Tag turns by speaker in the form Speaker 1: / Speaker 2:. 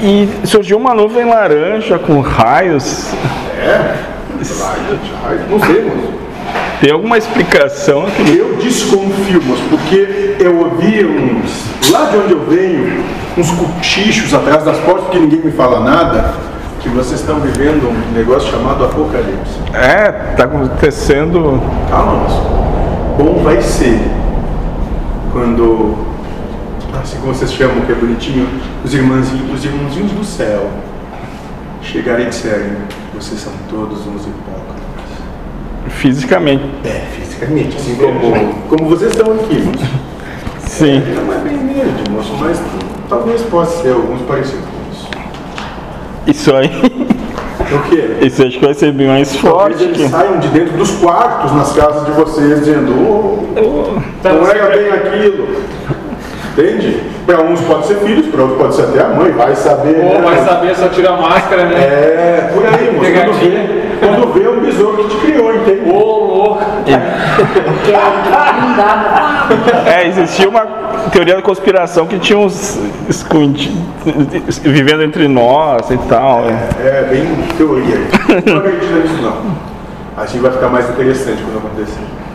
Speaker 1: E surgiu uma nuvem laranja com raios.
Speaker 2: Não sei, mas
Speaker 1: Tem alguma explicação? que-
Speaker 2: eu desconfio, mas porque eu ouvi uns. Lá de onde eu venho, uns cochichos atrás das portas que ninguém me fala nada, que vocês estão vivendo um negócio chamado apocalipse.
Speaker 1: É, tá acontecendo.
Speaker 2: Calma, moço. Bom vai ser quando, assim como vocês chamam, que é bonitinho, os irmãozinhos, os irmãozinhos do céu chegarem e disserem: vocês são todos uns hipócritas.
Speaker 1: Fisicamente,
Speaker 2: É, fisicamente, assim como, como vocês estão aqui, moço.
Speaker 1: sim.
Speaker 2: Não é bem nerd, moço, mas talvez possa ser alguns parecidos com isso. É
Speaker 1: Isso aí,
Speaker 2: O quê?
Speaker 1: isso acho que vai ser bem mais
Speaker 2: Talvez
Speaker 1: forte.
Speaker 2: eles
Speaker 1: que-
Speaker 2: saiam de dentro dos quartos nas casas de vocês, dizendo: "Ô, Não era bem aquilo. Entende? Para uns pode ser filhos, para outros pode ser até a mãe, vai saber.
Speaker 3: Pô,
Speaker 2: né?
Speaker 3: vai saber, só tira a máscara, né?
Speaker 2: É, por aí, moço. Quando
Speaker 3: Pegadinha.
Speaker 2: vê, quando vê o besouro que te criou, entende?
Speaker 3: Ô, louco.
Speaker 1: É, existia uma teoria da conspiração que tinha uns escondidos vivendo entre nós e tal. né?
Speaker 2: É, bem teoria. Não acredito nisso, não. A gente vai ficar mais interessante quando acontecer.